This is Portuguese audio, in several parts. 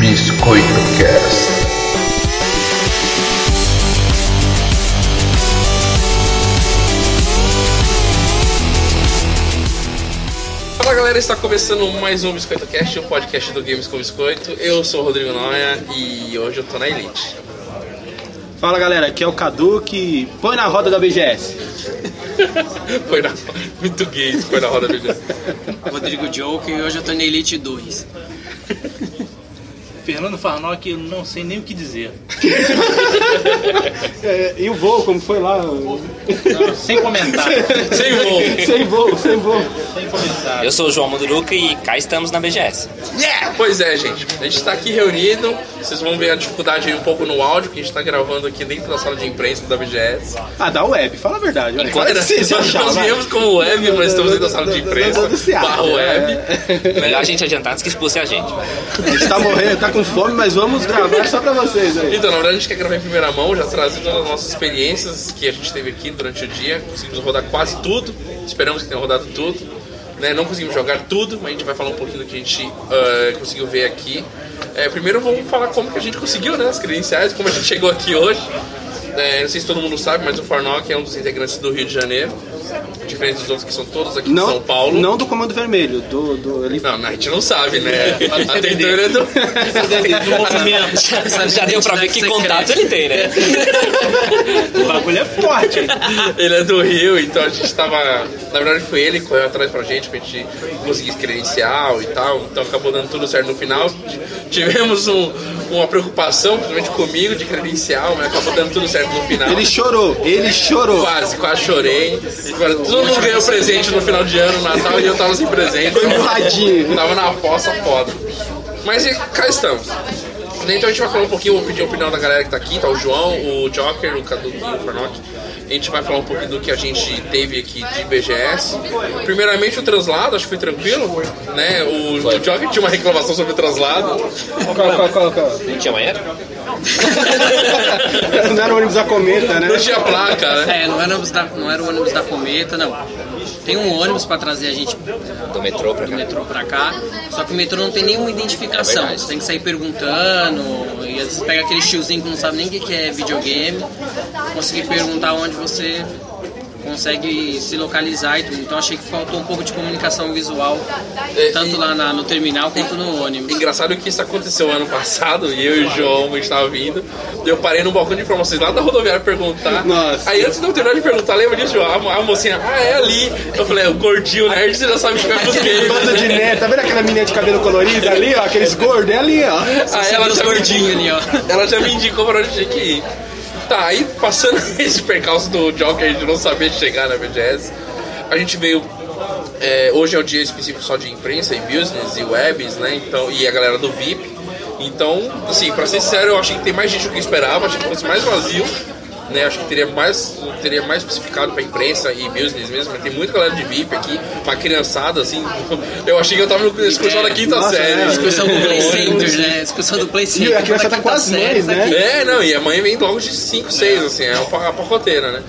Biscoito Cast. Fala galera, está começando mais um Biscoito Cast, o podcast do Games com Biscoito. Eu sou o Rodrigo Noia e hoje eu tô na Elite. Fala galera, aqui é o Cadu que põe na roda da BGS. Foi na... Muito gay, isso, foi na roda do Rodrigo Joke e hoje eu tô na Elite 2. Fernando Farnock, eu não sei nem o que dizer. É, e o voo, como foi lá? Não, sem comentar. Sem voo! sem voo, sem voo. sem comentar. Eu sou o João Manduruca e cá estamos na BGS. Yeah! Pois é, gente, a gente está aqui reunido. Vocês vão ver a dificuldade aí um pouco no áudio, que a gente está gravando aqui dentro da sala de imprensa da BGS. Ah, da web, fala a verdade. olha. Enquanto- Fala que você- você nós, achava. nós viemos como web, mas estamos dentro da sala de Não, imprensa. não, não, não, não, Barra web. Melhor a gente adiantar antes que expulse a gente. A gente tá morrendo, tá com fome, mas vamos gravar só pra vocês aí. Então, na verdade, a gente quer gravar em primeira mão, já trazendo as nossas experiências que a gente teve aqui durante o dia. Conseguimos rodar quase tudo, esperamos que tenha rodado tudo. né? Não conseguimos jogar tudo, mas a gente vai falar um pouquinho do que a gente ah, conseguiu ver aqui. É, primeiro, vamos falar como que a gente conseguiu né, as credenciais, como a gente chegou aqui hoje. É, não sei se todo mundo sabe, mas o Farnock é um dos integrantes do Rio de Janeiro, diferente dos outros que são todos aqui de Não, São Paulo. não do Comando Vermelho, do, do ele- Não, a gente não sabe, né? A teoria do... Do movimento. Já, já deu pra ver que contato ele tem, né? O bagulho é forte. hein? Ele é do Rio, então a gente tava. Na verdade foi ele que correu atrás pra gente pra gente conseguir credencial e tal. Então acabou dando tudo certo no final. T- Tivemos um- uma preocupação, principalmente comigo, de credencial, mas acabou dando tudo certo no final. Ele chorou, ele chorou. Quase, quase chorei. Agora, todo mundo ganhou presente no final de ano, Natal, e eu tava sem presente. Foi emburradinho. Tava na fossa foda. Mas e cá estamos. Então a gente vai falar um pouquinho, vou pedir a opinião da galera que tá aqui, tá o João, o Joker, o Cadu e o Farnock. A gente vai falar um pouquinho do que a gente teve aqui de BGS. Primeiramente o translado, acho que foi tranquilo, né? O, o Joker tinha uma reclamação sobre o translado. Qual, qual, qual, qual? Não tinha banheiro? Não era o ônibus da cometa, né? Não tinha placa, né? É, não era, o ônibus da, não era o ônibus da Cometa, não. Tem um ônibus pra trazer a gente do Do metrô pra cá. É metrô pra cá, só que o metrô não tem nenhuma identificação. Você tem que sair perguntando, e às vezes pega aquele tiozinho que não sabe nem o que que é videogame, conseguir perguntar onde você consegue se localizar e tudo. Então achei que faltou um pouco de comunicação visual, É, tanto lá na- no terminal quanto no ônibus. Engraçado que isso aconteceu ano passado, e eu e o João, a gente tava vindo, e eu parei no balcão de informações lá da rodoviária perguntar. Nossa. Aí antes de eu terminar de perguntar, lembra disso, João? A, mo- a mocinha, ah, é ali. Eu falei, é, o gordinho nerd, você já sabe que vai pros Banda games. de né? neta, tá vendo aquela menina de cabelo colorido ali, ó? Aqueles gordos, é ali, ó. Aí ela Os já, gordinhos me, ali, ó. ela já me indicou pra onde tinha que ir. Tá, aí passando esse percalço do Joker de não saber chegar na BGS, a gente veio. é, hoje é o dia específico só de imprensa e business e webs, né? Então, e a galera do VIP. Então, assim, pra ser sincero, eu achei que tem mais gente do que eu esperava, achei que fosse mais vazio, né? Acho que teria mais, teria mais especificado pra imprensa e business mesmo, mas tem muita galera de VIP aqui, uma criançada, assim. Eu achei que eu tava no excursão da quinta Nossa, série. é, Discussão do Play Center, né? Discussão do Play Center. E a criança tá com as mães, né? É, não, e a mãe vem logo de 5, 6, assim, é uma pacoteira, né?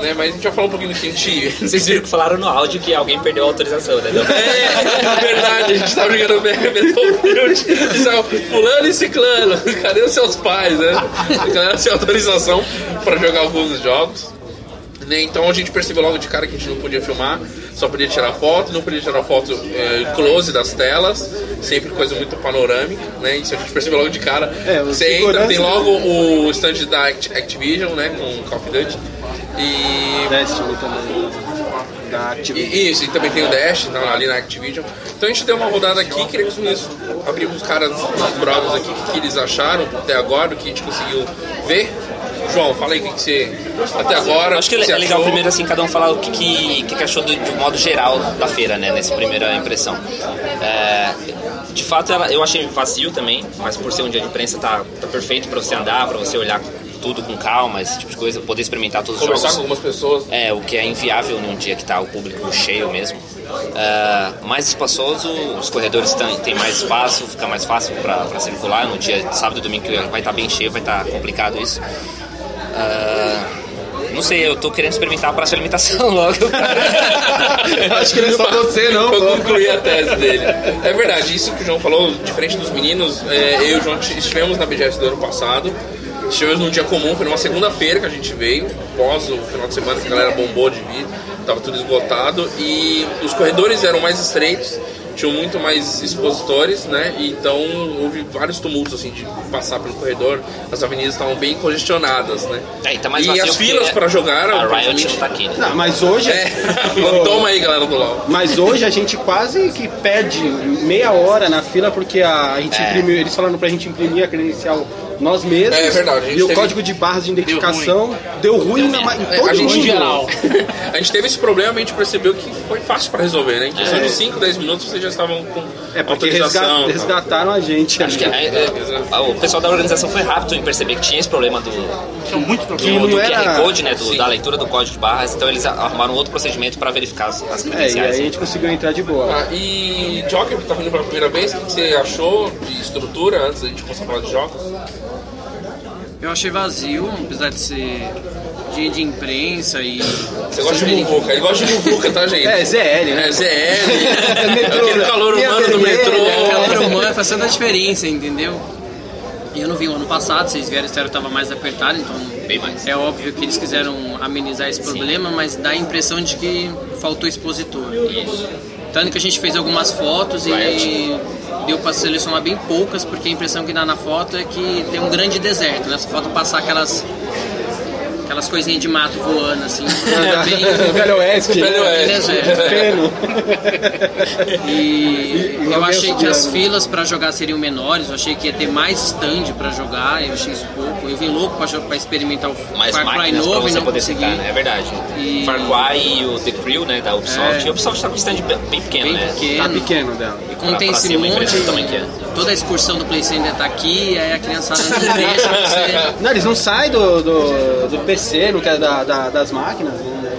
né? Mas a gente vai falar um pouquinho do que a gente. Vocês viram que falaram no áudio que alguém perdeu a autorização, né? É, na verdade, a gente tá brincando bem Battlefield. E tá, Fulano e Ciclano, cadê os seus pais, né? Cadê a sua autorização pra jogar alguns jogos? Né, então a gente percebeu logo de cara que a gente não podia filmar, só podia tirar foto, não podia tirar foto eh, close das telas, sempre coisa muito panorâmica, né? Isso a gente percebeu logo de cara. É, o Você entra, segurança- tem logo o stand da Act- Activision, né? Com Call of Duty. E Destiny também. Da Activision. e- Isso, e também tem o Dash então, ali na Activision. Então a gente deu uma rodada aqui, queremos mesmo abrir os caras, os brothers aqui, o que eles acharam até agora, o que a gente conseguiu ver. João, fala aí o que, que você. Até agora. Acho que o você é legal achou. primeiro assim cada um falar o que, que, que que achou do, de um modo geral da feira, né? Nessa primeira impressão. É, de fato, ela, eu achei vazio também, mas por ser um dia de imprensa tá, tá perfeito pra você andar, pra você olhar tudo com calma, esse tipo de coisa, poder experimentar todos os Conversar jogos. com algumas pessoas. É, o que é inviável num dia que tá o público cheio mesmo. Ah, mais espaçoso, os corredores tão- têm mais espaço, fica mais fácil para circular. tá No dia de sábado e domingo que vai estar bem cheio, vai estar complicado isso. Ah, Não sei, eu tô querendo experimentar a praça de alimentação logo. Acho que não é só você, não, Pra pô. concluir a tese dele. É verdade, isso que o João falou, diferente dos meninos, é, eu e o João t- estivemos na BGS do ano passado. Estivemos num dia comum, foi numa segunda-feira que a gente veio, após o final de semana que a galera bombou de vir, tava tudo esgotado e os corredores eram mais estreitos, tinham muito mais expositores, né? E Então houve vários tumultos assim de passar pelo corredor, as avenidas estavam bem congestionadas, né? Aí tá mais e vazio as porque filas pra jogar eram A Riot praticamente- não tá aqui, né? Não, mas hoje. É, toma aí galera do LOL. Mas hoje a gente quase que perde meia hora na fila porque a, a gente imprimiu, eles falaram pra gente imprimir a credencial nós mesmos. É verdade, a gente e o teve- código de barras de identificação deu ruim, na ma- em É, todo a gente mundo. a gente teve esse problema, a gente percebeu que foi fácil pra resolver, né? Em questão de 5, 10 minutos vocês já estavam com É porque resga- autorização. tá? e tal. resgataram a gente. Acho que é, é, o pessoal da organização foi rápido em perceber que tinha esse problema do, do, São muito Que não do era- QR Code, né? do- da leitura do código de barras, então eles arrumaram outro procedimento para verificar as, as É, e aí a credenciais. gente conseguiu entrar de boa. Ah, e Joker, que tá vindo pela primeira vez, o que você achou de estrutura antes da gente começar a falar de jogos? Eu achei vazio, apesar de ser dia de imprensa e. Você gosta de muvuca, ele gosta de muvuca, tá, gente? É, ZL, né? É, ZL, é Metrô, aquele né? calor Linha humano do vermelha, metrô. É. Aquela hora humana faz tanta diferença, entendeu? E eu não vi o ano passado, vocês vieram, disseram que estava mais apertado, então Bem mais. é óbvio que eles quiseram amenizar esse problema, mas dá a impressão de que faltou expositor. Tanto que a gente fez algumas fotos e deu para selecionar bem poucas, porque a impressão que dá na foto é que tem um grande deserto, né? Essa foto passar aquelas aquelas coisinhas de mato voando assim. é bem- Velho Oeste. Velho É, Oeste. Peno. E E- e eu alguém achei que assobiando. as filas pra jogar seriam menores, eu achei que ia ter mais stand pra jogar, eu achei isso pouco. Eu vim louco pra, jo- pra experimentar o Mais Far Cry máquinas para novo e você não poder consegui. ficar, né? É verdade. E- Far Cry e o The Crew, né? Da Ubisoft. É. E a Ubisoft tá com um stand bem- bem pequeno, Bem né? pequeno. Tá pequeno dela. Contém pra esse ser uma monte, empresa também que é. toda a excursão do Play Center tá aqui, aí a criançada não deixa você, Não, eles não saem do, do, do PC, não quer da, da- das máquinas. né?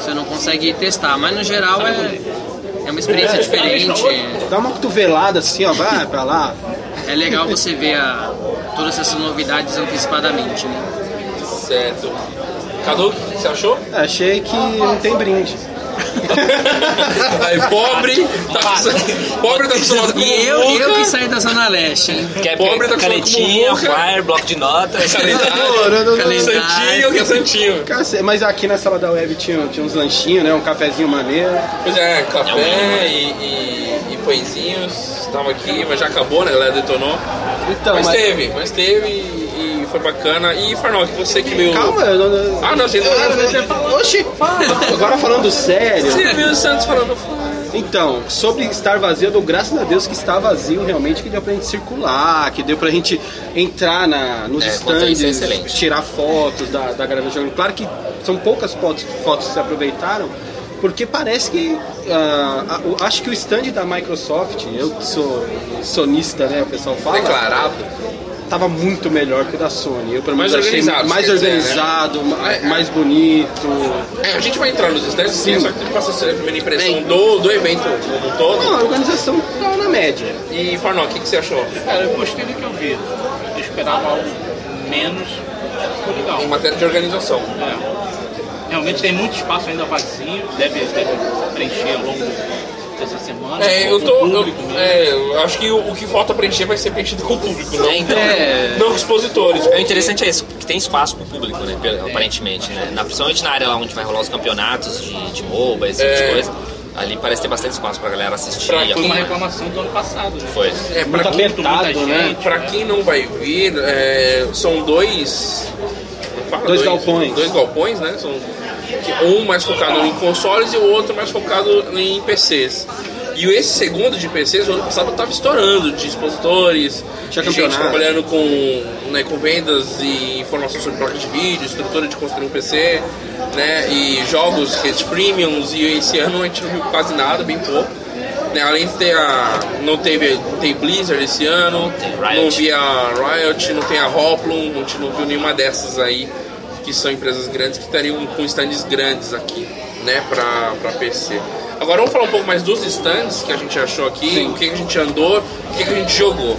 você não consegue testar. Mas no geral é, é uma experiência tá diferente. Dá uma cotovelada assim, ó, vai pra lá. É legal você ver a- todas essas novidades antecipadamente, né? Certo. Cadu, o que você achou? É, Achei que não tem brinde. Aí, pobre, tá acostumado- pobre tá acostumado com E eu, muvuca. eu que saí da Zona Leste, hein? Quer Pobre tá acostumado com é canetinha, muvuca. flyer, bloco de notas. Calendário. Não, não, não, não. Calendário. Santinho, que é Santinho. Cacete, Mas aqui na sala da web tinha, tinha uns lanchinhos, né? Um cafezinho maneiro. Pois é, café e, e, e pãezinhos, tava aqui, mas já acabou, né? A galera detonou. Então, mas, mas- teve, mas teve e, e foi bacana. E Farnock, você que veio. Calma, eu não. não- Ah, não, você não- Eu- eu- eu- Oxi! Agora falando sério. Você viu o Santos falando. "F- Então, sobre estar vazio, eu dou graças a Deus que está vazio realmente, que deu pra gente circular, que deu pra gente entrar na, nos É, quanto a isso, é stands, excelente. tirar fotos da, da galera jogando. Claro que são poucas fotos, fotos que se aproveitaram, porque parece que. ah, a- o- acho que o stand da Microsoft, eu que sou sonista, né? O pessoal fala Declarado. tava muito melhor que o da Sony. Eu pelo Mais menos achei organizado, mais quer dizer, né? organizado, ma- É, é. mais bonito. É, a gente vai entrar nos stands, sim, Sim. só que tem que passar essa primeira impressão do, do evento como um Não, todo. a organização tá na média. E Farnock, o que, que você achou? Cara, eu gostei do que eu vi. Eu esperava algo menos. Ficou legal. Em matéria de organização. É. Realmente tem muito espaço ainda vazio, deve, deve preencher ao longo dessa semana. É, eu com tô. o Eu, público mesmo. é, eu acho que o, o que falta preencher vai ser preenchido com o público, não, É, então. É. não com os expositores. O interessante é isso, que tem espaço pro público, né? pelo- Aparentemente, né? Na, principalmente na área lá onde vai rolar os campeonatos de, de MOBA, esse tipo É. de coisa. Ali parece ter bastante espaço pra galera assistir. Pra Foi e uma acompanhar. reclamação do ano passado, né? Foi. É, pra Muito quem apertado, muita né? gente. Pra quem não vai vir, é, são dois. como fala? Dois galpões. Dois galpões, né? São, que um mais focado em consoles e o outro mais focado em PCs. E esse segundo de PCs, o ano passado tava estourando de expositores, Tinha de gente campeonato. trabalhando com, né, com vendas e informações sobre placa de vídeo, estrutura de construir um PC, né? E jogos que eles premiums, e esse ano a gente não viu quase nada, bem pouco. Né, além de ter a. Não teve. Não tem Blizzard esse ano, Tem Riot. não vi a Riot, não tem a Hoplon, a gente não viu nenhuma dessas aí, que são empresas grandes que estariam com stands grandes aqui, né, pra, pra PC. Agora vamos falar um pouco mais dos stands que a gente achou aqui, o que, que a gente andou, o que, que a gente jogou.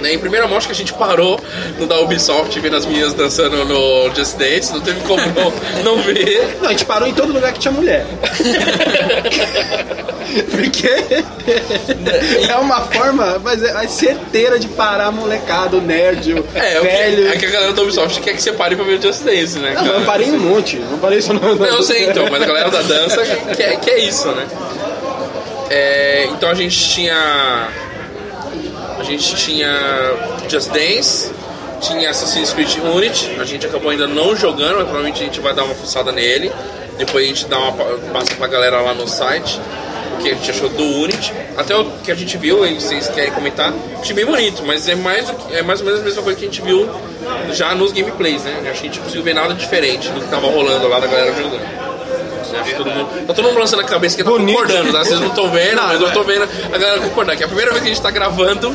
Né, em primeira mostra que a gente parou no da Ubisoft vendo as meninas dançando no Just Dance, não teve como não, não ver. Não, a gente parou em todo lugar que tinha mulher. Porque é uma forma, mas é é certeira de parar a molecada, o nerd, o É, o que- velho. é que a galera da Ubisoft quer que você pare pra ver o Just Dance, né? Não, cara? eu parei um monte, não parei só no. Não, eu sei então, mas a galera da dança que é, que é isso, né? É, então a gente tinha. A gente tinha Just Dance, tinha Assassin's Creed Unity, a gente acabou ainda não jogando, mas provavelmente a gente vai dar uma fuçada nele. Depois a gente dá uma, pa- passa pra galera lá no site o que a gente achou do Unity. Até o que a gente viu, e vocês querem comentar, achei bem bonito, mas é mais, do que- é mais ou menos a mesma coisa que a gente viu já nos gameplays, né? Acho que a gente não conseguiu ver nada diferente do que tava rolando lá da galera jogando. Acho que todo mundo- Tá todo mundo lançando a cabeça que tá Bonito. é. concordando, tá? Vocês não estão vendo, mas eu tô vendo a galera concordar. Que é a primeira vez que a gente tá gravando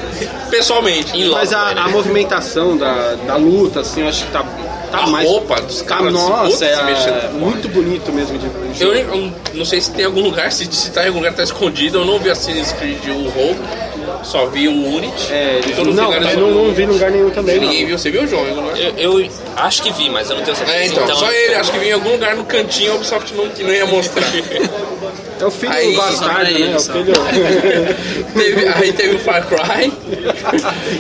pessoalmente, em loco. Mas a, né? a movimentação da, da luta, assim, eu acho que tá, tá A mais. roupa dos tá, caras, nossa, puta, é se mexendo. muito bonito mesmo de Eu, nem- eu não sei se tem algum lugar, se, se tá em algum lugar tá escondido, eu não vi a Assassin's Creed o Rogue, só vi o Unity. É, Em todos os não, lugares eu eu- não, não vi em lugar nenhum também. não. Ninguém viu, você viu o João? em algum lugar? Eu, eu acho que vi, mas eu não tenho certeza. É, então, só ele, acho que vinha em algum lugar no cantinho, a Ubisoft não, que não ia mostrar. É o filho Aí, do só pra bastardo, ele, né? É o só. filho. teve, aí teve o Far Cry.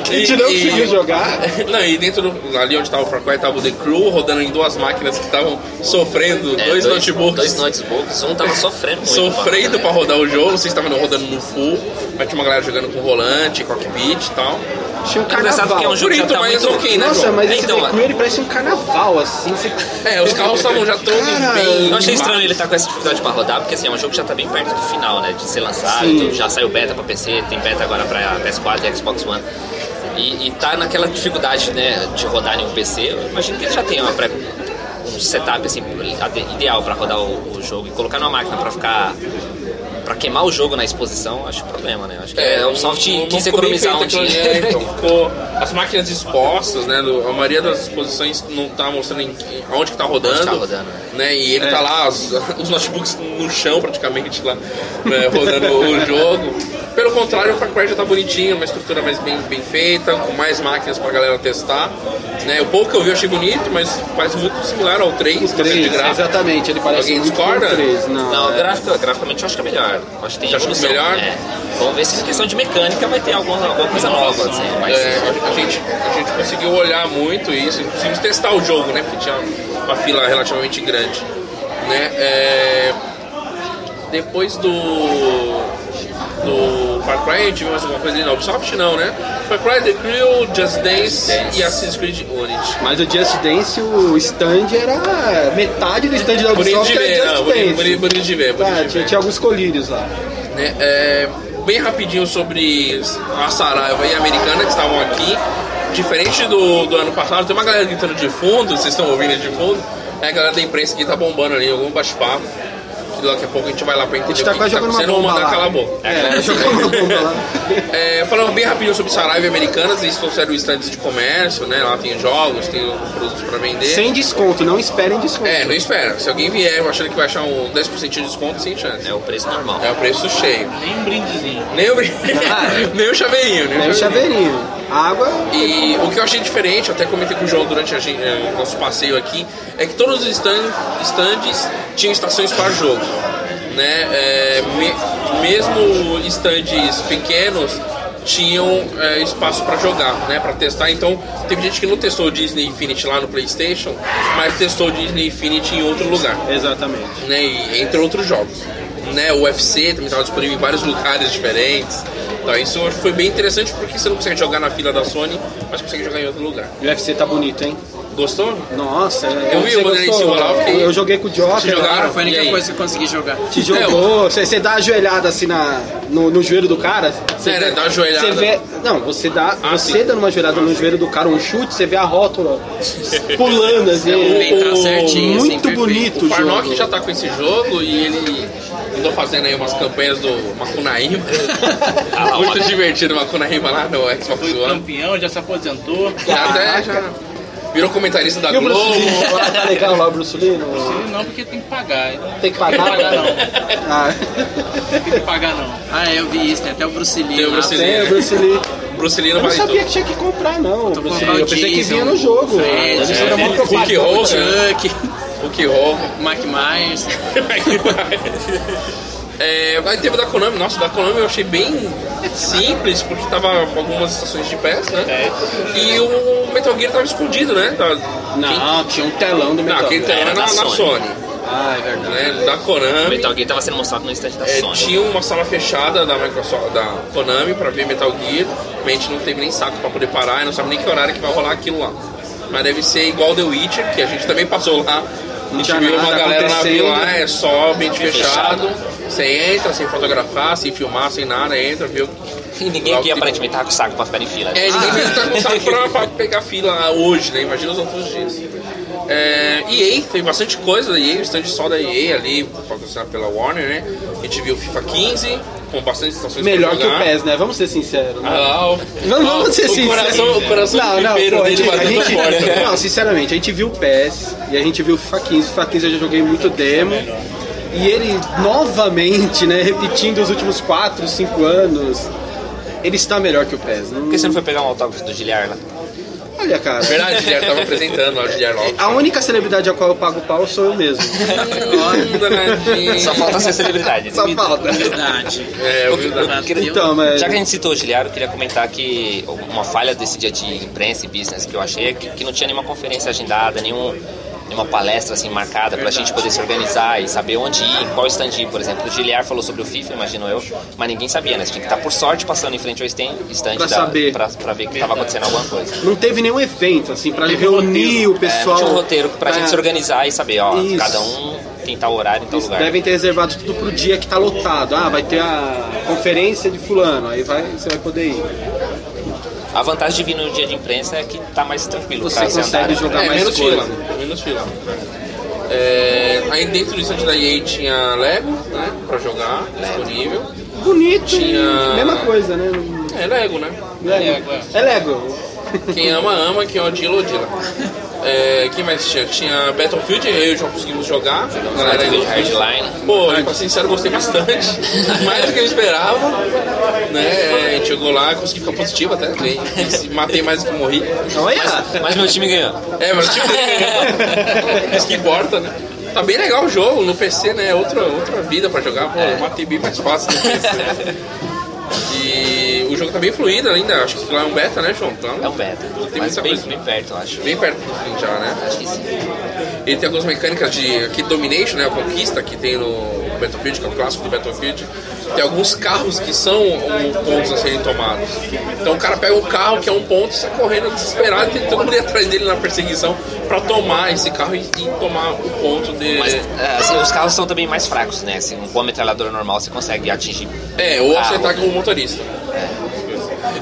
Que a gente não conseguiu jogar. Não, e dentro do, ali onde tava o Far Cry tava o The Crew rodando em duas máquinas que estavam sofrendo, É, dois, notebooks. Dois notebooks, um tava sofrendo muito. é. Sofrendo pra rodar o jogo, vocês estavam rodando no full, mas tinha uma galera jogando com rolante, cockpit e tal. Tinha um Engraçado carnaval. porque é um jogo que já Bonito, tá mas muito... ok, né, Nossa, João? mas É, esse então, então, ele parece um carnaval, assim. Você... É, os carros estavam já todos Cara, bem. Eu achei estranho ele estar com essa dificuldade pra rodar, porque assim, é um jogo que já tá bem perto do final, né? De ser lançado, Sim. então já saiu beta pra PC, tem beta agora pra PS4 e Xbox One. E, e tá naquela dificuldade, né, de rodar em um PC. Eu imagino que ele já tem uma pré- um setup assim, ade- ideal pra rodar o, o jogo e colocar numa máquina pra ficar. Pra queimar o jogo na exposição, acho problema, né? Acho que é, a Ubisoft não- não quis ficou bem economizar um feito aquilo ali, dinheiro. né? Então, ficou as máquinas expostas, né? do- A maioria das exposições não tá mostrando em, que- aonde que tá rodando. Onde tá rodando, É. né? E ele tá lá, os, os notebooks no chão praticamente lá, né, rodando o jogo. Pelo contrário, o Far Cry já tá bonitinho, uma estrutura mais bem, bem feita, com mais máquinas pra galera testar. Né? O pouco que eu vi eu achei bonito, mas faz muito similar ao 3, Três, de gráfico. exatamente, ele parece Alguém muito discorda? com três, não. Não, é. gráfico, graficamente eu acho que é melhor. Acho que tem Você acha que é evolução, melhor? né? Vamos ver se em questão de mecânica vai ter alguma, alguma coisa nova, assim. Mas É, a, a gente, a gente conseguiu olhar muito isso, conseguimos testar o jogo, né? Porque tinha uma fila relativamente grande. Né? É, depois do. do Far Cry, a gente viu mais alguma coisa ali na Ubisoft? Não, né? Far Cry, The Crew, Just Dance, e Assassin's Creed Unity. Mas o Just Dance, o stand era. Metade do stand da Bonito Ubisoft de era ver, Just não, Dance. bonito, bonito- bonito de ver. Bonito Ah, de tinha, ver. tinha alguns colírios lá. né? É, bem rapidinho sobre a Saraiva e a Americana que estavam aqui. Diferente do, do ano passado, tem uma galera gritando de fundo, vocês estão ouvindo de fundo. É a galera da imprensa que tá bombando ali, algum bate-papo. Que daqui a pouco a gente vai lá pra A entender gente tá o que, quase que tá jogando acontecendo uma ou bomba mandar lá. calar a boca. É, jogando uma bomba lá. É, falando bem rapidinho sobre Saraiva e Americanas, eles trouxeram estandes de comércio, né? Lá tem jogos, tem produtos pra vender. Sem desconto, não esperem desconto. É, não espera. Se alguém vier achando que vai achar um 10% de desconto, sem chance. é o preço normal. É o preço cheio. Nem um brindezinho. Nem o, brin- Ah. nem o chaveirinho, né? É o chaveirinho. Água. E o que eu achei diferente, eu até comentei com o João durante a gen- eh, o nosso passeio aqui, é que todos os stand, stands tinham estações para jogo. Né? É, me- mesmo stands pequenos tinham é, espaço para jogar, né, para testar. Então, teve gente que não testou o Disney Infinity lá no PlayStation, mas testou o Disney Infinity em outro lugar Exatamente. né, e entre outros jogos. Né, o UFC também estava disponível em vários lugares diferentes. Então isso foi bem interessante porque você não consegue jogar na fila da Sony, mas consegue jogar em outro lugar. E o UFC tá bonito, hein? Gostou? Nossa, é- Eu vi você o Wanderlei gostou? Silva lá, eu fiquei- Eu joguei com o Joker. Vocês jogaram? É, lá. Cara, foi a E única aí? coisa que eu consegui jogar. Te jogou, você você dá a joelhada assim na, no, no joelho do cara. Você É, né, dá uma joelhada. Você vê, não, você dá, Ah, você sim. dando uma joelhada no joelho do cara, um chute, você vê a rótula pulando É assim. um bem o- certinho, assim, muito perfeito. bonito O o jogo. Farnock já tá com esse jogo e ele andou fazendo aí umas campanhas do Macunaíma. Tá Muito divertido o Macunaíma lá no Xbox Foi One. campeão, já se aposentou. Até já virou comentarista da E o Bruce Globo. Lee, lá, tá legal lá o Bruce Lee? Não Ele não, porque tem que pagar. Não tem que pagar? Pagar não. Ah, tem que pagar, não. Ah, eu vi isso, tem até o Bruce Lee. Tem o lá. Bruce Lee. tem o Bruce Lee. Brucelino Eu não vale sabia tudo. que tinha que comprar, não. Eu pensei- comprando eu pensei que diesel, vinha no jogo. Fred, Eles é, eram mó preocupados. Hulk Hogan, Chuck, Hulk Hogan. Mike Myers. É, aí teve o da Konami, nossa, o da Konami eu achei bem simples, porque tava algumas estações de pés, né? E o Metal Gear tava escondido, né? Tava- Não, tinha um telão Não, do metal. quem tá Era era na, da na Sony. Sony, Ah, é verdade. né? Da O Konami. Metal Gear tava sendo mostrado no stand da É, Sony. tinha uma sala fechada da Microsoft, da Konami pra ver Metal Gear. A gente não teve nem saco pra poder parar e não sabe nem que horário que vai rolar aquilo lá. Mas deve ser igual The Witcher, que a gente também passou lá. A gente tinha viu uma nada galera na acontecendo. vila, é só ambiente fechado. Você entra sem fotografar, sem filmar, sem nada, entra, viu? E ninguém Logo aqui que- aparentemente tava com saco pra ficar em fila. É, ninguém fez tá com saco pra, pra pegar fila hoje, né? Imagina os outros dias. É, EA, tem bastante coisa da EA, o stand só da EA ali, patrocinado pela Warner, né? A gente viu FIFA 15, com bastante estações pra Melhor que o jogar. PES, né? Vamos ser sinceros. Ah, Né? lá, o, Não, vamos ó, ser o sinceros. coração, o coração não, não, primeiro pô, a dele gente- a batendo gente- forte. né? Não, sinceramente, a gente viu o PES e a gente viu o FIFA 15. FIFA 15 eu já joguei muito demo. E ele, novamente, né, repetindo os últimos 4, 5 anos, ele está melhor que o PES. Não- Por que você não foi pegar um autógrafo do Giliar lá? Olha, cara. Verdade, o Guilherme tava apresentando lá, o Guilherme Lopes. A única celebridade a qual eu pago pau sou eu mesmo. Hum, danadinho. Só falta ser celebridade. Só falta. Verdade. É, o Guilherme- Pra ter Então, mas. Já que a gente citou o Giliar, eu queria comentar que uma falha desse dia de imprensa e business que eu achei é que, que não tinha nenhuma conferência agendada, nenhum, nenhuma palestra assim marcada pra gente poder se organizar e saber onde ir, em qual stand ir, por exemplo. O Giliar falou sobre o FIFA, imagino eu, mas ninguém sabia, né? Você tinha que estar por sorte passando em frente ao stand, stand Pra da- saber. Pra, pra ver que tava acontecendo alguma coisa. Não teve nenhum evento, assim, pra um reunir o É, não pessoal. tinha um roteiro pra gente se organizar e saber, ó, Isso. cada um tem tal horário em tal lugar. Devem ter reservado tudo pro dia que tá lotado. Ah, vai ter a conferência de fulano, aí vai, você vai poder ir. A vantagem de vir no dia de imprensa é que tá mais tranquilo Você pra se consegue andar. né? jogar É, tá mais menos coisa. fila. Menos fila. É, aí dentro do stand da EA tinha Lego, né? Pra jogar, disponível. Bonito, Tinha- mesma coisa, né? Não- É Lego, né? Lego. É Lego. Quem ama, ama. Quem odila, odila. É, quem mais tinha? Tinha Battlefield, eu e o João conseguimos jogar. A galera Battlefield gostou. Hardline. Pô, eu, pra ser sincero, gostei bastante. Mais do que eu esperava. Né? A gente jogou lá, consegui ficar positivo até. ganhei. Matei mais do que morri. Olha! Mas meu time ganhou. É, mas tipo, isso que importa, né? Tá bem legal o jogo, no PC, né? É Outra, outra vida pra jogar, pô, É. eu matei bem mais fácil no PC. E o jogo tá bem fluido ainda, acho que lá é um beta, né, João? Lá É um beta. Tem Mas muita bem, coisa. bem perto, eu acho. Bem perto do fim já, né? Acho que sim. Ele tem algumas mecânicas de que domination, né, a conquista que tem no Battlefield, que é o clássico do Battlefield. Tem alguns carros que são o- pontos a serem tomados. Então o cara pega um carro que é um ponto, sai correndo desesperado, tem todo mundo ir atrás dele na perseguição pra tomar esse carro e, e tomar o ponto dele. Mas é, assim, os carros são também mais fracos, né? Assim, com a metralhadora normal você consegue atingir. É, ou carro. acertar com o motorista.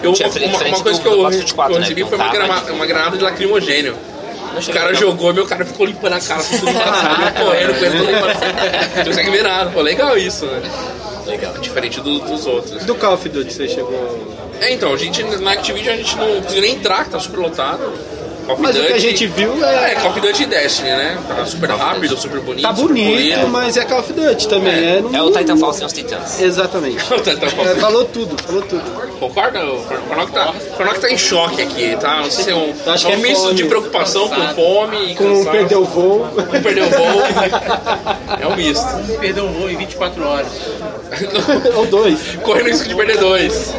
Eu, Tinha uma, uma- uma frente coisa do- que eu, do 424, que eu recebi né, foi uma, que não grama- tava. uma granada de lacrimogênio. O cara não. jogou, meu cara ficou limpando a cara, tudo embaçado, eu correndo com ele, todo embaçado. Não consegue ver nada, pô, legal isso, né? Legal, diferente do- dos outros. Do Call of Duty você chegou. É, então, a gente, na Activision a gente não conseguiu nem entrar, que tá super lotado. Call of Mas o que a Duty- gente viu É, é. Call of Duty e Destiny, né? Tá super rápido, super bonito. Tá super bonito, polido. mas é Call of Duty também. É, não- É o Titanfall sem os titãs. Exatamente. Tá- tá É, falou tudo, falou tudo. Concorda? O Farnock tá, o Farnock tá em choque aqui, tá? Não sei se é um, Eu acho que é é um misto fome. de preocupação com fome e Com cansaço. perdeu o voo. Com perdeu o voo. É um misto. Perdeu um voo em 24 horas. Ou dois. Correndo o risco de perder dois.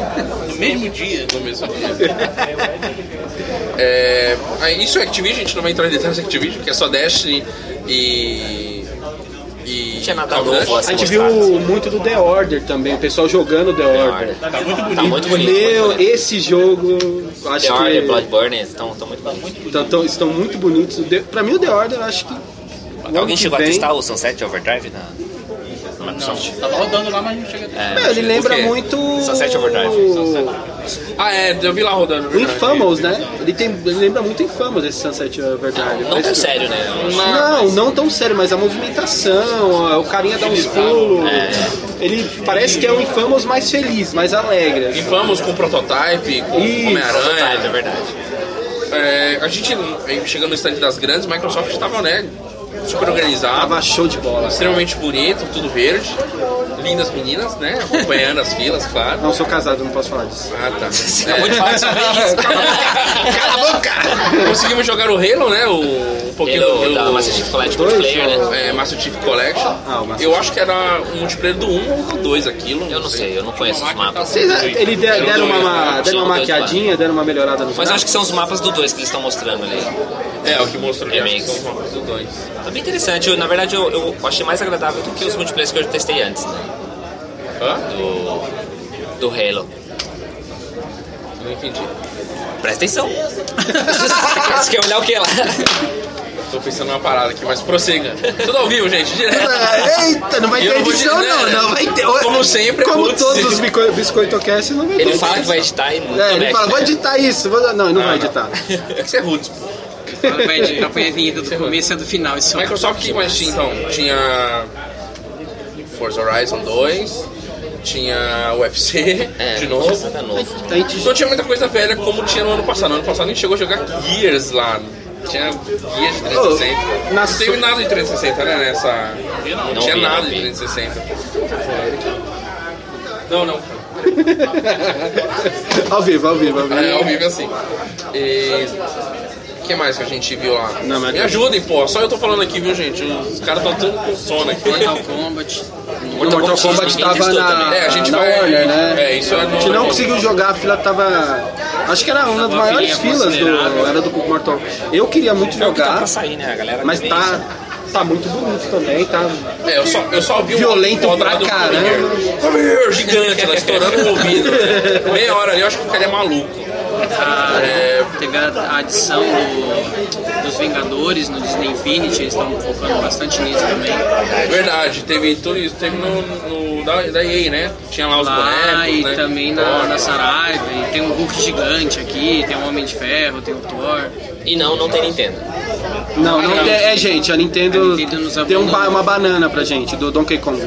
No mesmo dia. No mesmo dia. É, aí isso é Activision, a gente não vai entrar em detalhes da Activision, porque é só Destiny e... e Não tinha nada Call of Duty. novo A assim. gente mostrado, viu assim. muito do The Order também, o pessoal jogando The The Order. Order. Tá muito bonito. Tá muito bonito. muito Meu, bonito. esse jogo, acho The Order, que Bloodborne, estão estão muito bonitos. então, então, estão muito bonitos. O The- Pra mim, o The Order, eu acho que. o ano Alguém que chegou a vem- testar o Sunset Overdrive na na Microsoft? Tava rodando lá, mas não chega. É, ele O lembra quê? muito. Sunset Overdrive. O Ah, é, eu vi lá rodando. verdade. Infamous, né? Ele, tem, ele lembra muito Infamous esse Sunset Overdrive. Não Parece tão que- sério, né? Eu acho. Não, não tão sério, mas a movimentação, ó, o carinha dá uns pulos. Ele parece que é um Infamous mais feliz, mais alegre. Infamous com prototype, com Isso, Homem-Aranha. Sunset, é verdade. É, a gente, aí, chegando no stand das grandes, Microsoft estava, né, super organizado, Tava show de bola. extremamente bonito, tudo verde. Lindas meninas, né? Acompanhando as filas, claro. Não, sou casado, não posso falar disso. Ah, tá. Você acabou de falar sobre isso. Cala a boca! Conseguimos jogar o Halo, né? O um pouquinho Ele é do- da do- Master Chief Collection Dois, Multiplayer, ó. né? é, Master Chief Collection. Ah, o Master eu acho que era um multiplayer do 1 ou do 2 aquilo. Eu não sei, eu não conheço os mapas. Vocês ah, ele de- deram, uma, ma- deram uma Dois, maquiadinha, deram uma melhorada nos Mas eu gráficos? acho que são os mapas do 2 que eles estão mostrando ali. É, o que mostrou que Remix. são os mapas do 2. Tá bem interessante. Eu, na verdade, eu, eu achei mais agradável do que os multiplayers que eu testei antes, né? Hã? Do, do Halo. Não entendi. Presta atenção. Você quer olhar o que lá? Tô pensando numa parada aqui, mas prossiga. Tudo ao vivo, gente, direto. Ah, Eita, não vai Eu ter não vou edição dizer, não, né? não vai ter. Como sempre, como putz. todos os bico- biscoitocast, não vai ter. Ele fala que vai editar e não É, ele mete, fala, né? vou editar isso. Vou... Não, ele não vai não. editar. É que você é rude. pô. Acompanha acompanha a vinheta do começo e a do final. Isso é Microsoft, que mais tinha então? Tinha Forza Horizon 2, tinha UFC, É, de novo. Nada novo. Então, a gente- Não tinha muita coisa velha como tinha no ano passado. No ano passado a gente chegou a jogar Gears lá. Tinha Gears de 360. Ô, na Não teve so- nada de 360, né? Nessa... Não, tinha vi, não nada de vi. 360. Não, não. Ao vivo, ao vivo, ao vivo. É, ao vivo é assim. E... O que mais que a gente viu lá? Não, mas- Me ajudem, pô. Só eu tô falando aqui, viu, gente? Os caras estão tudo com sono aqui. Mortal Kombat. No Mortal Kombat ninguém tava testou na, também. É, a gente na vai- Warner, né? é, isso é a gente novo. não conseguiu jogar, a fila tava... Acho que era uma das Tava maiores a filinha filas do... considerável. Era do Mortal Kombat. Eu queria muito É o que tá jogar, pra sair, né? A galera mas que vem, tá... Tá muito bonito também, tá... É, eu só, eu só vi Violento uma foto pra lá do caramba. Come Here. Come Here, gigante, lá, estourando o ouvido. né? Meia hora ali, eu acho que o cara é maluco. A, É, teve a, a adição do- dos Vingadores no Disney Infinity. Eles estão focando bastante nisso também. Verdade, teve tudo isso, teve no, no- da, da EA, né? Tinha lá os Ah, Lá bonecos, e né? também na, na Saraiva. E tem um Hulk gigante aqui. Tem um Homem de Ferro. Tem o Thor. E não, não tem Nintendo. Não, não não. tem- é, gente, a Nintendo, A Nintendo nos deu um ba- abandonou. uma banana pra gente, do Donkey Kong.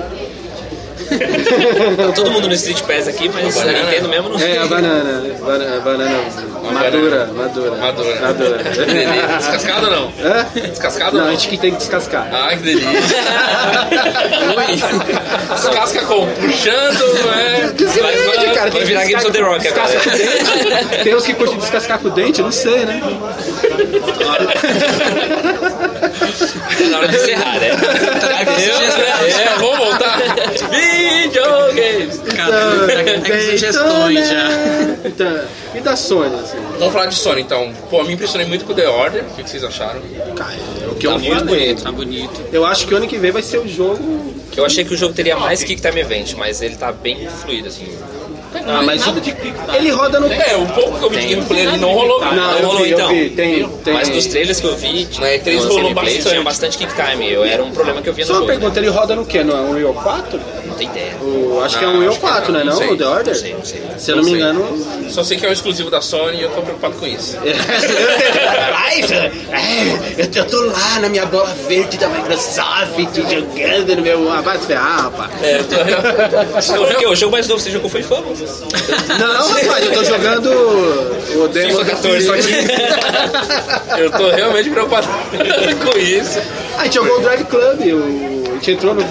Tá todo mundo no Street Pass aqui, mas a Banana. Nintendo mesmo não É, a banana, banana, banana madura, madura, Madura. madura. Delícia. Descascado ou não? Hã? Descascado ou Não, a não? gente que tem que descascar. Ai, que delícia. Descasca com puxando, né? Desgrande, cara. Vai que virar Games descascar- of the Rock agora. descascar com o dente. Tem uns que curtem descascar com o dente, eu não sei, né? Na hora de encerrar, né? É, vamos voltar. Videogames. Então, Caramba, tá tá com né? sugestões já. né? Então, e da Sony, assim? Vamos falar de Sony, então. Pô, me impressionei muito com o The Order. O que que vocês acharam? Cara, é o que eu muito falei. bonito. Tá bonito. Eu acho que ano que vem vai ser o jogo. Eu achei que o jogo teria mais Kick Time Event, mas ele tá bem fluido, assim. Ah, mas ele roda no. É, o pouco que eu vi de gameplay ali não Ah, rolou. Não, eu rolou, vi, eu então. vi. Tem, tem. Mas dos trailers que eu vi, Na E3 nos rolou gameplays, bastante. tinha bastante Kick Time. Eu, era um problema que eu via no Só uma jogo. né? pergunta, ele roda no quê? No Unreal 4? Não tem ideia. O- acho que é Ah, um Unreal acho que 4, não, né? não Não, sei. o The Order? Não sei, não sei. Se eu não me sei. engano. Só sei que é um exclusivo da Sony e eu tô preocupado com isso. Ai, é, eu tô- eu tô lá na minha bola verde da Microsoft jogando no meu. Ah, vai se ferrar, rapaz. É, eu tô... Porque o jogo mais novo que você jogou foi Infamous. Não, rapaz, eu tô jogando o um demo FIFA do 14, só Eu tô realmente preocupado com isso. A gente jogou o Drive Club, o... a gente entrou no.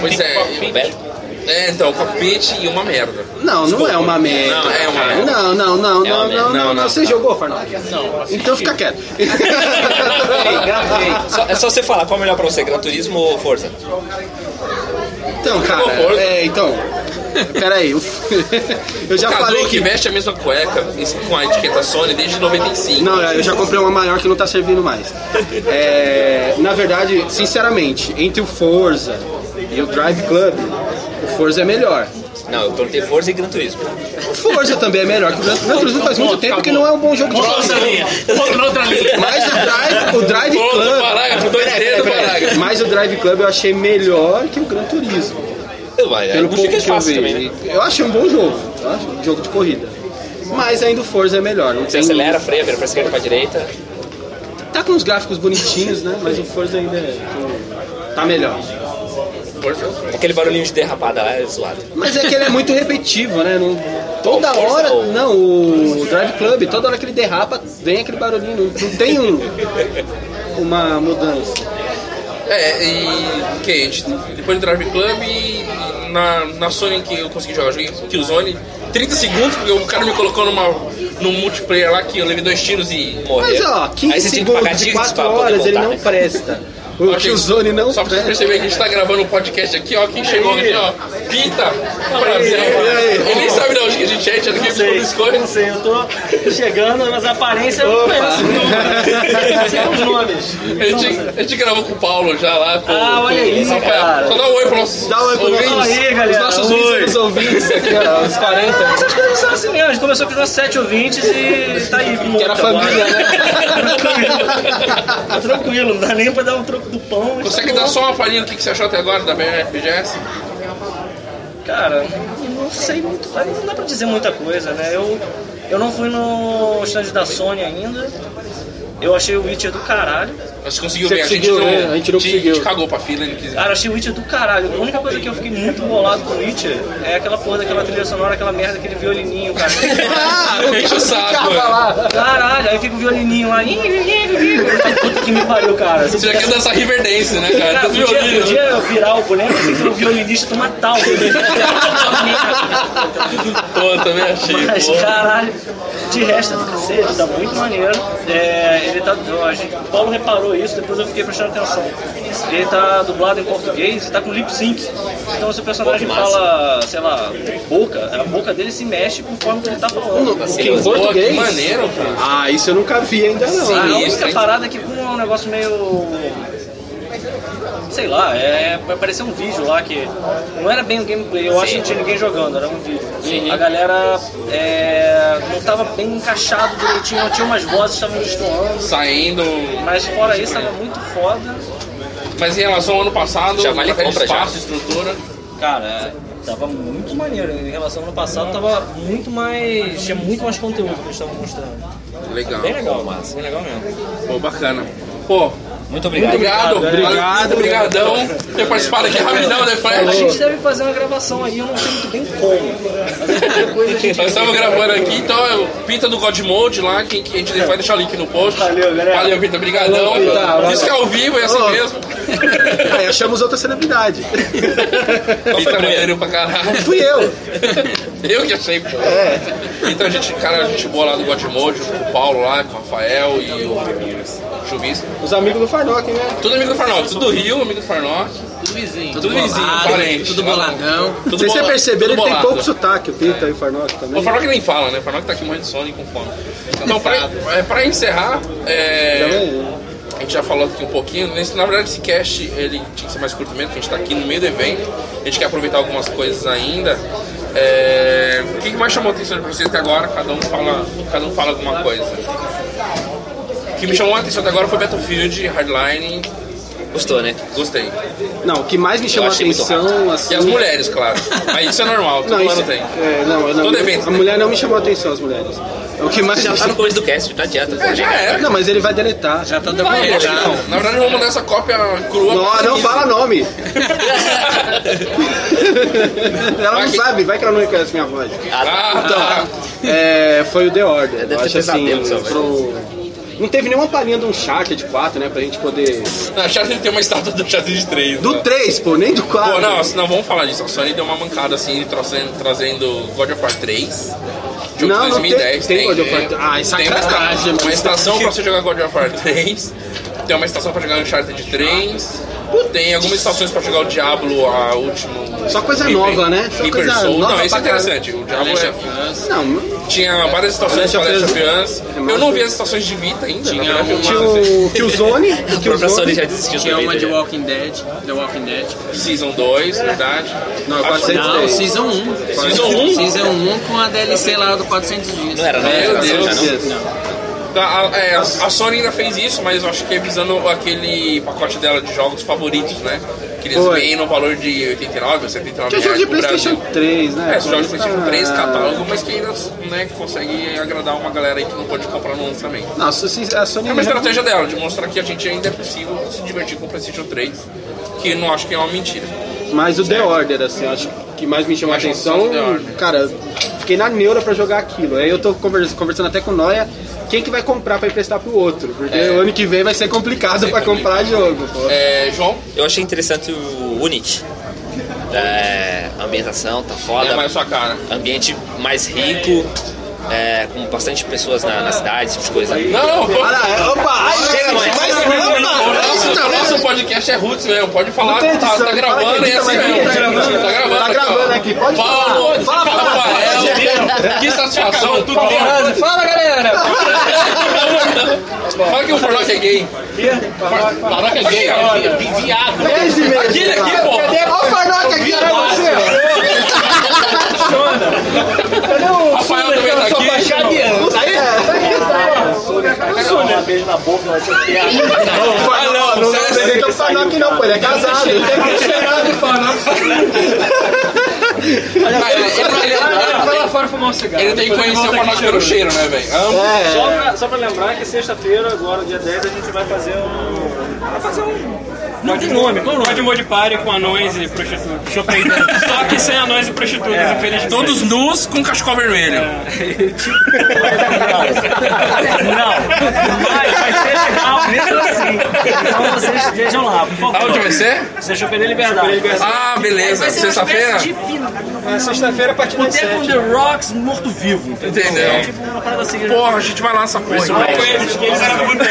Pois é, Roberto? é então, cockpit e uma merda. Não, não é uma merda. Não, é uma cara. merda. Não, não, não, É uma não, não, merda. não, Não, não. não. Você jogou, Farnock? Não, Então fica quieto. Só- é só você falar qual é melhor pra você, Gran Turismo ou Forza? Então, cara, Conforto. é, então. Peraí, eu, eu já Cadu falei que que. veste a mesma cueca esse- com a etiqueta Sony desde 95. Não, eu já comprei uma maior que não tá servindo mais. É, na verdade, sinceramente, entre o Forza e o Drive Club, o Forza é melhor. Não, eu perguntei Forza e Gran Turismo. O Forza também é melhor. que o Gran Gran Turismo faz muito tempo que não é um bom jogo de Outra corrida. linha. Outra, outra linha. Mas o Drive, o Drive Outro Club. parágrafo, dois dedos, parágrafo. Mas o Drive Club eu achei melhor que o Gran Turismo. Eu, vai, Pelo não pouco fica que eu vi. fácil também, né? Eu achei um bom jogo. Eu acho um jogo de corrida. Mas ainda o Forza é melhor. Não Você tem... acelera, freia, vira pra esquerda, pra direita. Tá com uns gráficos bonitinhos, né? Mas o Forza ainda é. Tá melhor. Aquele barulhinho de derrapada lá é zoado. Mas é que ele é muito repetitivo, né? Não- Toda Forza hora. ou- Não, o Drive Club, toda hora que ele derrapa, vem aquele barulhinho. Não, não tem um. Uma mudança. É, e que a gente, depois do Drive Club, e na, na Sony que eu consegui jogar, eu joguei Killzone 30 segundos, porque o cara me colocou numa, num multiplayer lá que eu levei dois tiros e morrer. Mas ó, 15 É. Aí você tinha que pagar segundos de dívidas 4 pra poder horas ele voltar, não né? presta. O Ok, Killzone não Só pra você presta. perceber que a gente tá gravando um podcast aqui, ó. Quem chegou aqui, ó. Pinta. Prazer. e aí? Ele nem sabe de onde que a gente é, a gente é do Games sei, Club Escolha. não sei, eu tô chegando, mas a aparência eu não conheço tudo. Eu sei os nomes. A gente, a gente gravou com o Paulo já lá. Com, Ah, olha com o aí, Rafael. cara. Só dá um oi pro nossos Dá um oi pro nosso- Fala ouvintes. aí, galera. Nossos Oi. ouvintes, ouvintes aqui, ó, os 40. Essas coisas são assim mesmo. A gente começou com os nossos sete ouvintes e tá aí. Que era a família, né? Tá tranquilo, não dá nem pra dar um troco do pão. mas Consegue tá dar bom. só uma palhinha do que que você achou até agora da BRPGS? Cara, não sei muito, não dá pra dizer muita coisa, né? Eu, eu não fui no stand da Sony ainda. Eu achei o Witcher do caralho. Você conseguiu Você ver? A gente conseguiu, não, né? A gente não te- conseguiu. te cagou pra fila, ele quis. Cara, eu achei o Witcher do caralho. A única coisa que eu fiquei muito bolado com o Witcher é aquela porra daquela trilha sonora, aquela merda, aquele violininho, cara. Deixa o saco. Caralho, aí fica o violininho lá. Puta que me pariu, cara. Você já quer dançar Riverdance, é né, cara? Cara, Tanto podia, violino. podia virar o boneco assim, ser um violinista tomar tal. Pô, eu também achei. Mas pô. caralho, de resto é do cacete, tá muito maneiro. É, ele tá, ó, a gente- o Paulo reparou isso, depois eu fiquei prestando atenção. Ele tá dublado em português e tá com lip sync. Então se o personagem Pô, massa. fala, sei lá, boca, a boca dele se mexe conforme que ele tá falando. Que em Pô, que português? maneiro, cara. Ah, isso eu nunca vi ainda não. Ah, A Sim. né? isso, única hein? parada é que como é um negócio meio. Sei lá, é, vai parecer um vídeo lá que não era bem um gameplay, eu acho que não tinha ninguém jogando, era um vídeo. A galera é, não estava bem encaixado direitinho, tinha umas vozes que estavam destoando, Saindo. mas fora isso tava muito foda. Mas em relação ao ano passado, Já vale a aquele compra, já. espaço, estrutura. Cara, tava muito maneiro, em relação ao ano passado tava muito mais. tinha muito mais conteúdo que eles estavam mostrando. Legal. Bem legal, massa, bem legal mesmo. Pô, bacana. Pô, muito Muito obrigado. obrigado. Obrigado. Muito Obrigadão por ter participado aqui rapidão, né, A Fred? gente deve fazer uma gravação aí, eu não sei muito bem como. Mas qualquer coisa a gente Nós estamos gravando aqui, então é o Pinta do God Mode lá, que, que a gente vai deixar o link no post. Valeu, galera. Valeu, Pinta, brigadão. Valeu, Pinta, valeu. Isso que é ao vivo, é assim Ô. mesmo. Aí Ah, achamos outra celebridade. Pinta é maneiro pra caralho. Fui eu. É. Eu que achei, pô. Então a gente, cara, a gente boa lá do God Mode, o Paulo lá, com o Rafael e o Chuvis. Os amigos do Farnock, né? Tudo amigo do Farnock, tudo do Rio, amigo do Farnock. Tudo vizinho. Tudo vizinho, bolado, parente. Tudo boladão. Tudo Vocês bolado, perceberam, tudo ele tem bolado. pouco sotaque, o Pita e o Farnock também. O Farnock nem fala, né? O Farnock tá aqui morrendo de sono e com fome. Então, pra, é, pra encerrar, é, Também. né? a gente já falou aqui um pouquinho. Nesse, na verdade, esse cast ele tinha que ser mais curto mesmo, porque a gente tá aqui no meio do evento. A gente quer aproveitar algumas coisas ainda. É, o que que mais chamou a atenção de vocês até agora? Cada um fala, cada um fala alguma coisa. O que me chamou a atenção até agora foi Battlefield, Hardline, Gostou, né? gostei. Não, o que mais me chamou a achei muito atenção, assim... E as mulheres, claro. Mas isso é normal, todo Não, ano isso, tem. é, não, eu não- Todo evento a tem. mulher não me chamou a atenção, as mulheres. É O que mais... Já tá no começo do cast, não adianta. pô. É, já era. Não, mas ele vai deletar. Já tá Não, acho que dando não. Na verdade, eu vou mandar essa cópia crua. Não, pra não Denise. fala nome. Ela não sabe, vai que ela não reconhece minha voz. Ah, tá. É, foi o The Order. Deve eu ter acho assim, pesadelo, talvez. pro- Não teve nenhuma palhinha de um chart de 4, né? Pra gente poder. Não, tá. a Charter tem uma estátua do Charter de 3. Do 3, pô, nem do 4. Pô, não, senão vamos falar disso. A Sony deu uma mancada assim, trazendo, trazendo God of War 3. Jogo Não, de não, 2010. tem- tem God of War né? 3. Ah, isso é Tem uma sacanagem, esta- mano. Uma estação pra você jogar God of War 3. Tem uma estação pra jogar Uncharted 3. Tem algumas estações pra jogar o Diablo, a último. Só coisa Reaper- nova, né? Só Reaper coisa Soul. nova Não, isso é pra caralho. interessante. O Diablo Last é of Us. Não, Tinha várias estações Last para of Last Us. of Us. Remaster. Eu não vi as estações de Vita ainda. Tinha na verdade, eu uma- tinha não sei. o Killzone. A própria Sony já Killzone. desistiu é Tinha do uma de vídeo, já. Walking Dead, The Walking Dead. Season 2, verdade. Não, Acho- 400. Não, Dead. Season 1. Season 1? Season 1 com a DLC lá do 400 dias. É, Não era, não. Meu Era, Deus. já não. é né? Tá, a, é, a a Sony ainda fez isso, mas eu acho que é visando aquele pacote dela de jogos favoritos, né? Que eles Foi. vêm no valor de 89 ou 79 Tinha jogo reais de pro Brasil. PlayStation 3, né? É, esse jogo de PlayStation 3, Ah, catálogo, mas que ainda né, consegue agradar uma galera aí que não pode comprar no lançamento. Não, a Sony- a Sony. É uma estratégia dela, de mostrar que a gente ainda é possível se divertir com o PlayStation 3, que eu não acho que é uma mentira. Mas o The Order, assim, acho que mais me chamou a Mais atenção atenção. do The Order. Cara, fiquei na neura pra jogar aquilo. Aí eu tô convers- conversando até com o Noia, quem que vai comprar pra emprestar pro outro? Porque o ano que vem vai ser complicado pra comprar jogo, pô. É, João, Eu achei interessante o Unity. É, a ambientação tá foda. é mais sua cara. Ambiente mais rico, é, com bastante pessoas na, na cidade, esse tipo de coisa. Não, não, Ah, é, opa, ai, Chega, mãe. mas não, O não, nosso, o nosso podcast é roots mesmo, pode falar, tem tá, tá edição, fala gravando que e edita, assim mas mesmo. tá gravando. Tá gravando, Tá gravando aqui, pode Paulo, falar. Fala, fala, Rafael, que satisfação, tudo bem. Fala, galera! Fala que o Forlock é gay. Forlock é gay, é vi- viado. Esse mesmo, Aquele aqui, cara. pô. Cadê? Ó o Farnoca aqui, cadê você? Rafael também tá aqui. Chadeando. Aí, é. Um beijo na boca, vai ser piada. Ah, não, Não sério, representa o Farnock não, pô, ele é casado. Ele tem que cheirar do Ah, ele- ele- ele- Vai lá fora fumar um cigarro. Ele tem que Depois conhecer o volta aqui Forlock pelo cheiro, né, velho? Amo. É, Só pra, só pra lembrar que sexta-feira, agora dia 10, a gente vai fazer um. Vai fazer um. Não de nome, qual o nome? Mod Party Um com anões e prostitutas. Chopei. Só que sem anões e prostitutas, É. infelizmente. Todos nus com cachecol vermelho. Não. Vai, vai ser legal mesmo assim. Então vocês vejam lá, por favor. Aonde vai ser? Seja perder liberdade. Ah, beleza. Sexta-feira? tipo sexta-feira a partir das Até com The Rocks morto-vivo, entendeu? Entendeu? Tipo, uma parada assim. Porra, a gente vai lá nessa porra. então. Eles eram muito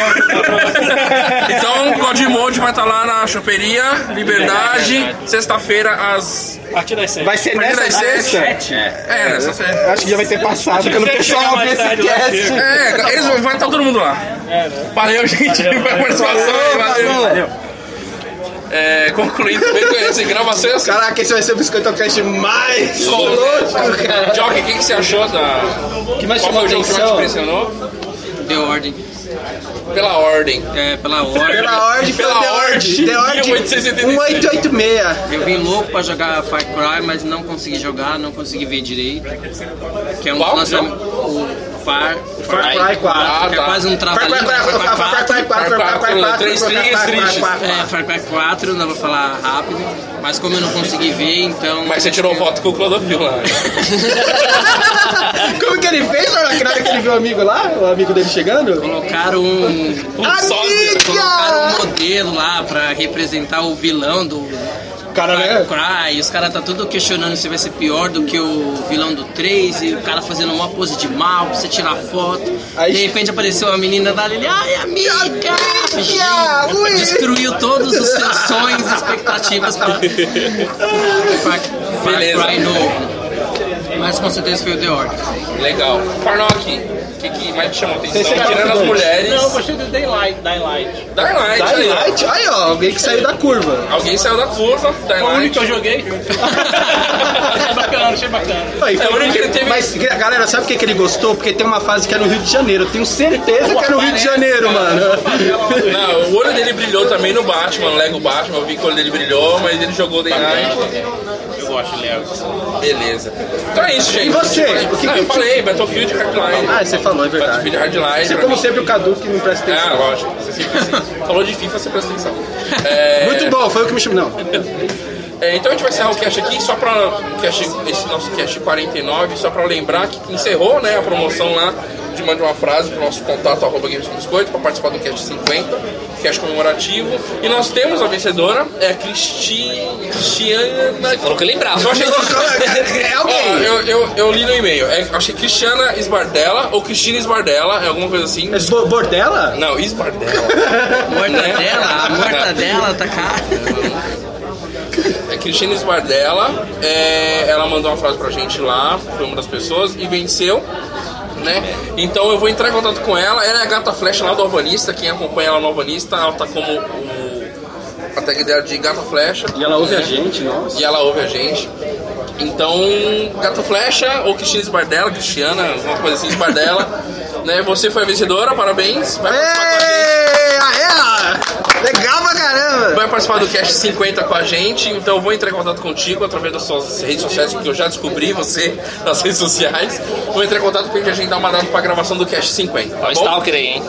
Então, o Godimond vai estar lá na choperia, Liberdade, sexta-feira às. A partir das 7. Vai ser Partir nessa das seis? sexta? É, nessa sexta. Acho que já vai ter passado quando o Chega pessoal mais vê esse tarde lá, cast. chega. É, eles vão vai estar todo mundo lá. Valeu, gente, pela participação. Valeu. É, concluindo bem com essa gravação. essa- Caraca, esse vai ser o biscoito cast mais louco, cara. Jock, o que, que você achou da. O que mais Qual chamou foi o a jogo que mais te atenção? impressionou? Deu ordem. Pela ordem. É, pela ordem. Pela ordem, foi Pela The ordem, Ordem. The Ordem 1886. 1886. Eu vim louco pra jogar Far Cry, mas não consegui jogar, não consegui ver direito. Que é um Qual? lançamento. O Far, Far Cry 4. Ah, que é tá. quase um Far Cry trabalhinho. 4, Far Cry 4, Far Cry 4, Far Cry 4, Três trilhas tristes. É, Far Cry 4, não dá pra falar rápido, mas como eu não consegui ver, então. Mas você tirou foto com o Clodovil né? lá. Como que ele fez, mano? Na hora que ele viu o amigo lá, o amigo dele chegando? Colocaram um. sósia. Amiga! Colocaram um modelo lá pra representar o vilão do O cara, Far né? Cry. Os caras tá tudo questionando se vai ser pior do que o vilão do 3 e o cara fazendo uma pose de mal pra você tirar foto. Aí- De repente apareceu uma menina lá ele, ai amiga! ui! Destruiu todos os seus sonhos e expectativas pra, pra Far Beleza. Cry novo. Mas com certeza foi o The Order. Legal. Farnock, o que, que mais te chamou a atenção? Você será Tirando as dois. mulheres. Não, eu gostei do Daylight. Daylight. Daylight, aí, ó. Daylight, aí ó, alguém que saiu da curva. Alguém saiu da curva, Foi o único Daylight. que eu joguei. achei É bacana, achei bacana. Aí, É, o único que ele teve- Mas galera, sabe o que, que ele gostou? Porque tem uma fase que é no Rio de Janeiro. Eu tenho certeza que é no Rio de Janeiro, É, mano. Não, o olho dele brilhou também no Batman, Lego Batman. Eu vi que o olho dele brilhou, mas ele jogou Daylight. Eu gosto de Lego. Beleza. Então é isso, gente. E você? O que Não, que eu te- falei, Battlefield Hardline. Ah, você falou, é verdade. Battlefield Hardline. Você, pra como mim. sempre, o Cadu que não presta Ah, atenção. lógico. Você sempre assim. Falou de FIFA, você presta atenção. É, Muito bom, foi o que me chamou. Não, É, então a gente vai encerrar o cast aqui, só pra. o cast- esse nosso cast 49, só pra lembrar que encerrou né, a promoção lá de mande uma frase pro nosso contato arroba Games com Biscoito pra participar do cast 50, cast comemorativo. E nós temos a vencedora, é a Cristi... Cristiana. Falou que eu lembrava. Eu achei que. É alguém. Ó, eu, eu, eu li no e-mail, é, achei Cristiana Esbardella ou Cristina Esbardella, é alguma coisa assim. Mas bo- Bordela? Não, Esbardella. Mortadela, a mortadela tá cara. É Cristina Esbardella, é, ela mandou uma frase pra gente lá, foi uma das pessoas, e venceu, né? Então eu vou entrar em contato com ela, ela é a gata flecha lá do Alvanista, quem acompanha ela no Alvanista, ela tá como o, a tag dela de gata flecha. E ela ouve a né? gente, nossa. E ela ouve a gente. Então, Gato Flecha ou Cristina Esbardella, Cristiana, alguma coisa assim, Esbardella. né? Você foi a vencedora, parabéns. Vai participar com a gente. Ei, aê! Legal pra caramba! vai participar do Cast 50 com a gente, então eu vou entrar em contato contigo através das suas redes sociais, porque eu já descobri você nas redes sociais. Vou entrar em contato pra gente agendar uma data pra gravação do Cast 50, tá Olha bom? o é um Stalker aí, hein?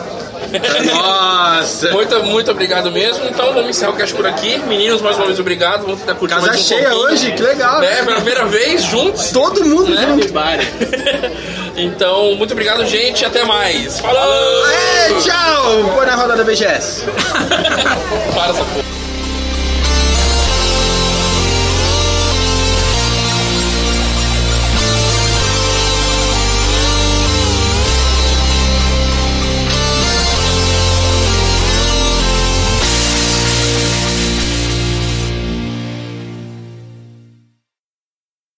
Nossa! Muito, muito obrigado mesmo. Então vamos encerrar o cast por aqui. Meninos, mais uma vez, obrigado. Vamos tentar curtir Casa mais um cheia pouquinho. hoje, que legal. É, pela primeira vez, juntos. Todo mundo Né? junto. então, muito obrigado, gente. Até mais. Falou! É, Aê, tchau! Põe na roda da BGS. Para essa porra.